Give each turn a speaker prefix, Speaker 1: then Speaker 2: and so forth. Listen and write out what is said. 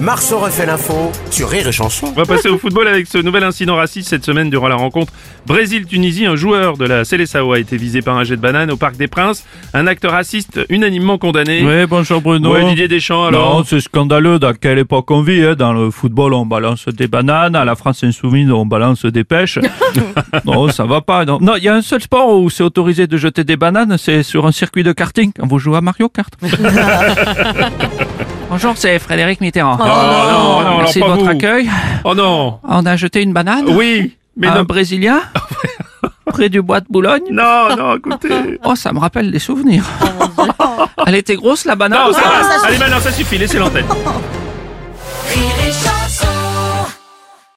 Speaker 1: Marceau refait l'info sur Rire et Chanson.
Speaker 2: On va passer au football avec ce nouvel incident raciste cette semaine durant la rencontre Brésil-Tunisie. Un joueur de la Seleção a été visé par un jet de banane au Parc des Princes. Un acte raciste unanimement condamné.
Speaker 3: Oui, bonjour Bruno.
Speaker 2: Ouais, Didier Deschamps alors.
Speaker 3: Non, c'est scandaleux dans quelle époque on vit. hein. Dans le football, on balance des bananes. À la France insoumise, on balance des pêches. non, ça va pas. Non, Non, il y a un seul sport où c'est autorisé de jeter des bananes, c'est sur un circuit de karting quand vous jouez à Mario Kart. Bonjour, c'est Frédéric Mitterrand.
Speaker 2: Ah, Oh, non, non, non,
Speaker 3: Merci de
Speaker 2: pas
Speaker 3: votre
Speaker 2: vous.
Speaker 3: accueil.
Speaker 2: Oh non.
Speaker 3: On a jeté une banane
Speaker 2: Oui, mais
Speaker 3: à un
Speaker 2: non. Ah
Speaker 3: Brésilien près du bois de Boulogne.
Speaker 2: Non, non, écoutez.
Speaker 3: Oh, ça me rappelle des souvenirs. Elle était grosse la banane. Ah,
Speaker 2: Non, ça va. Allez, maintenant, ça suffit. Laissez l'antenne.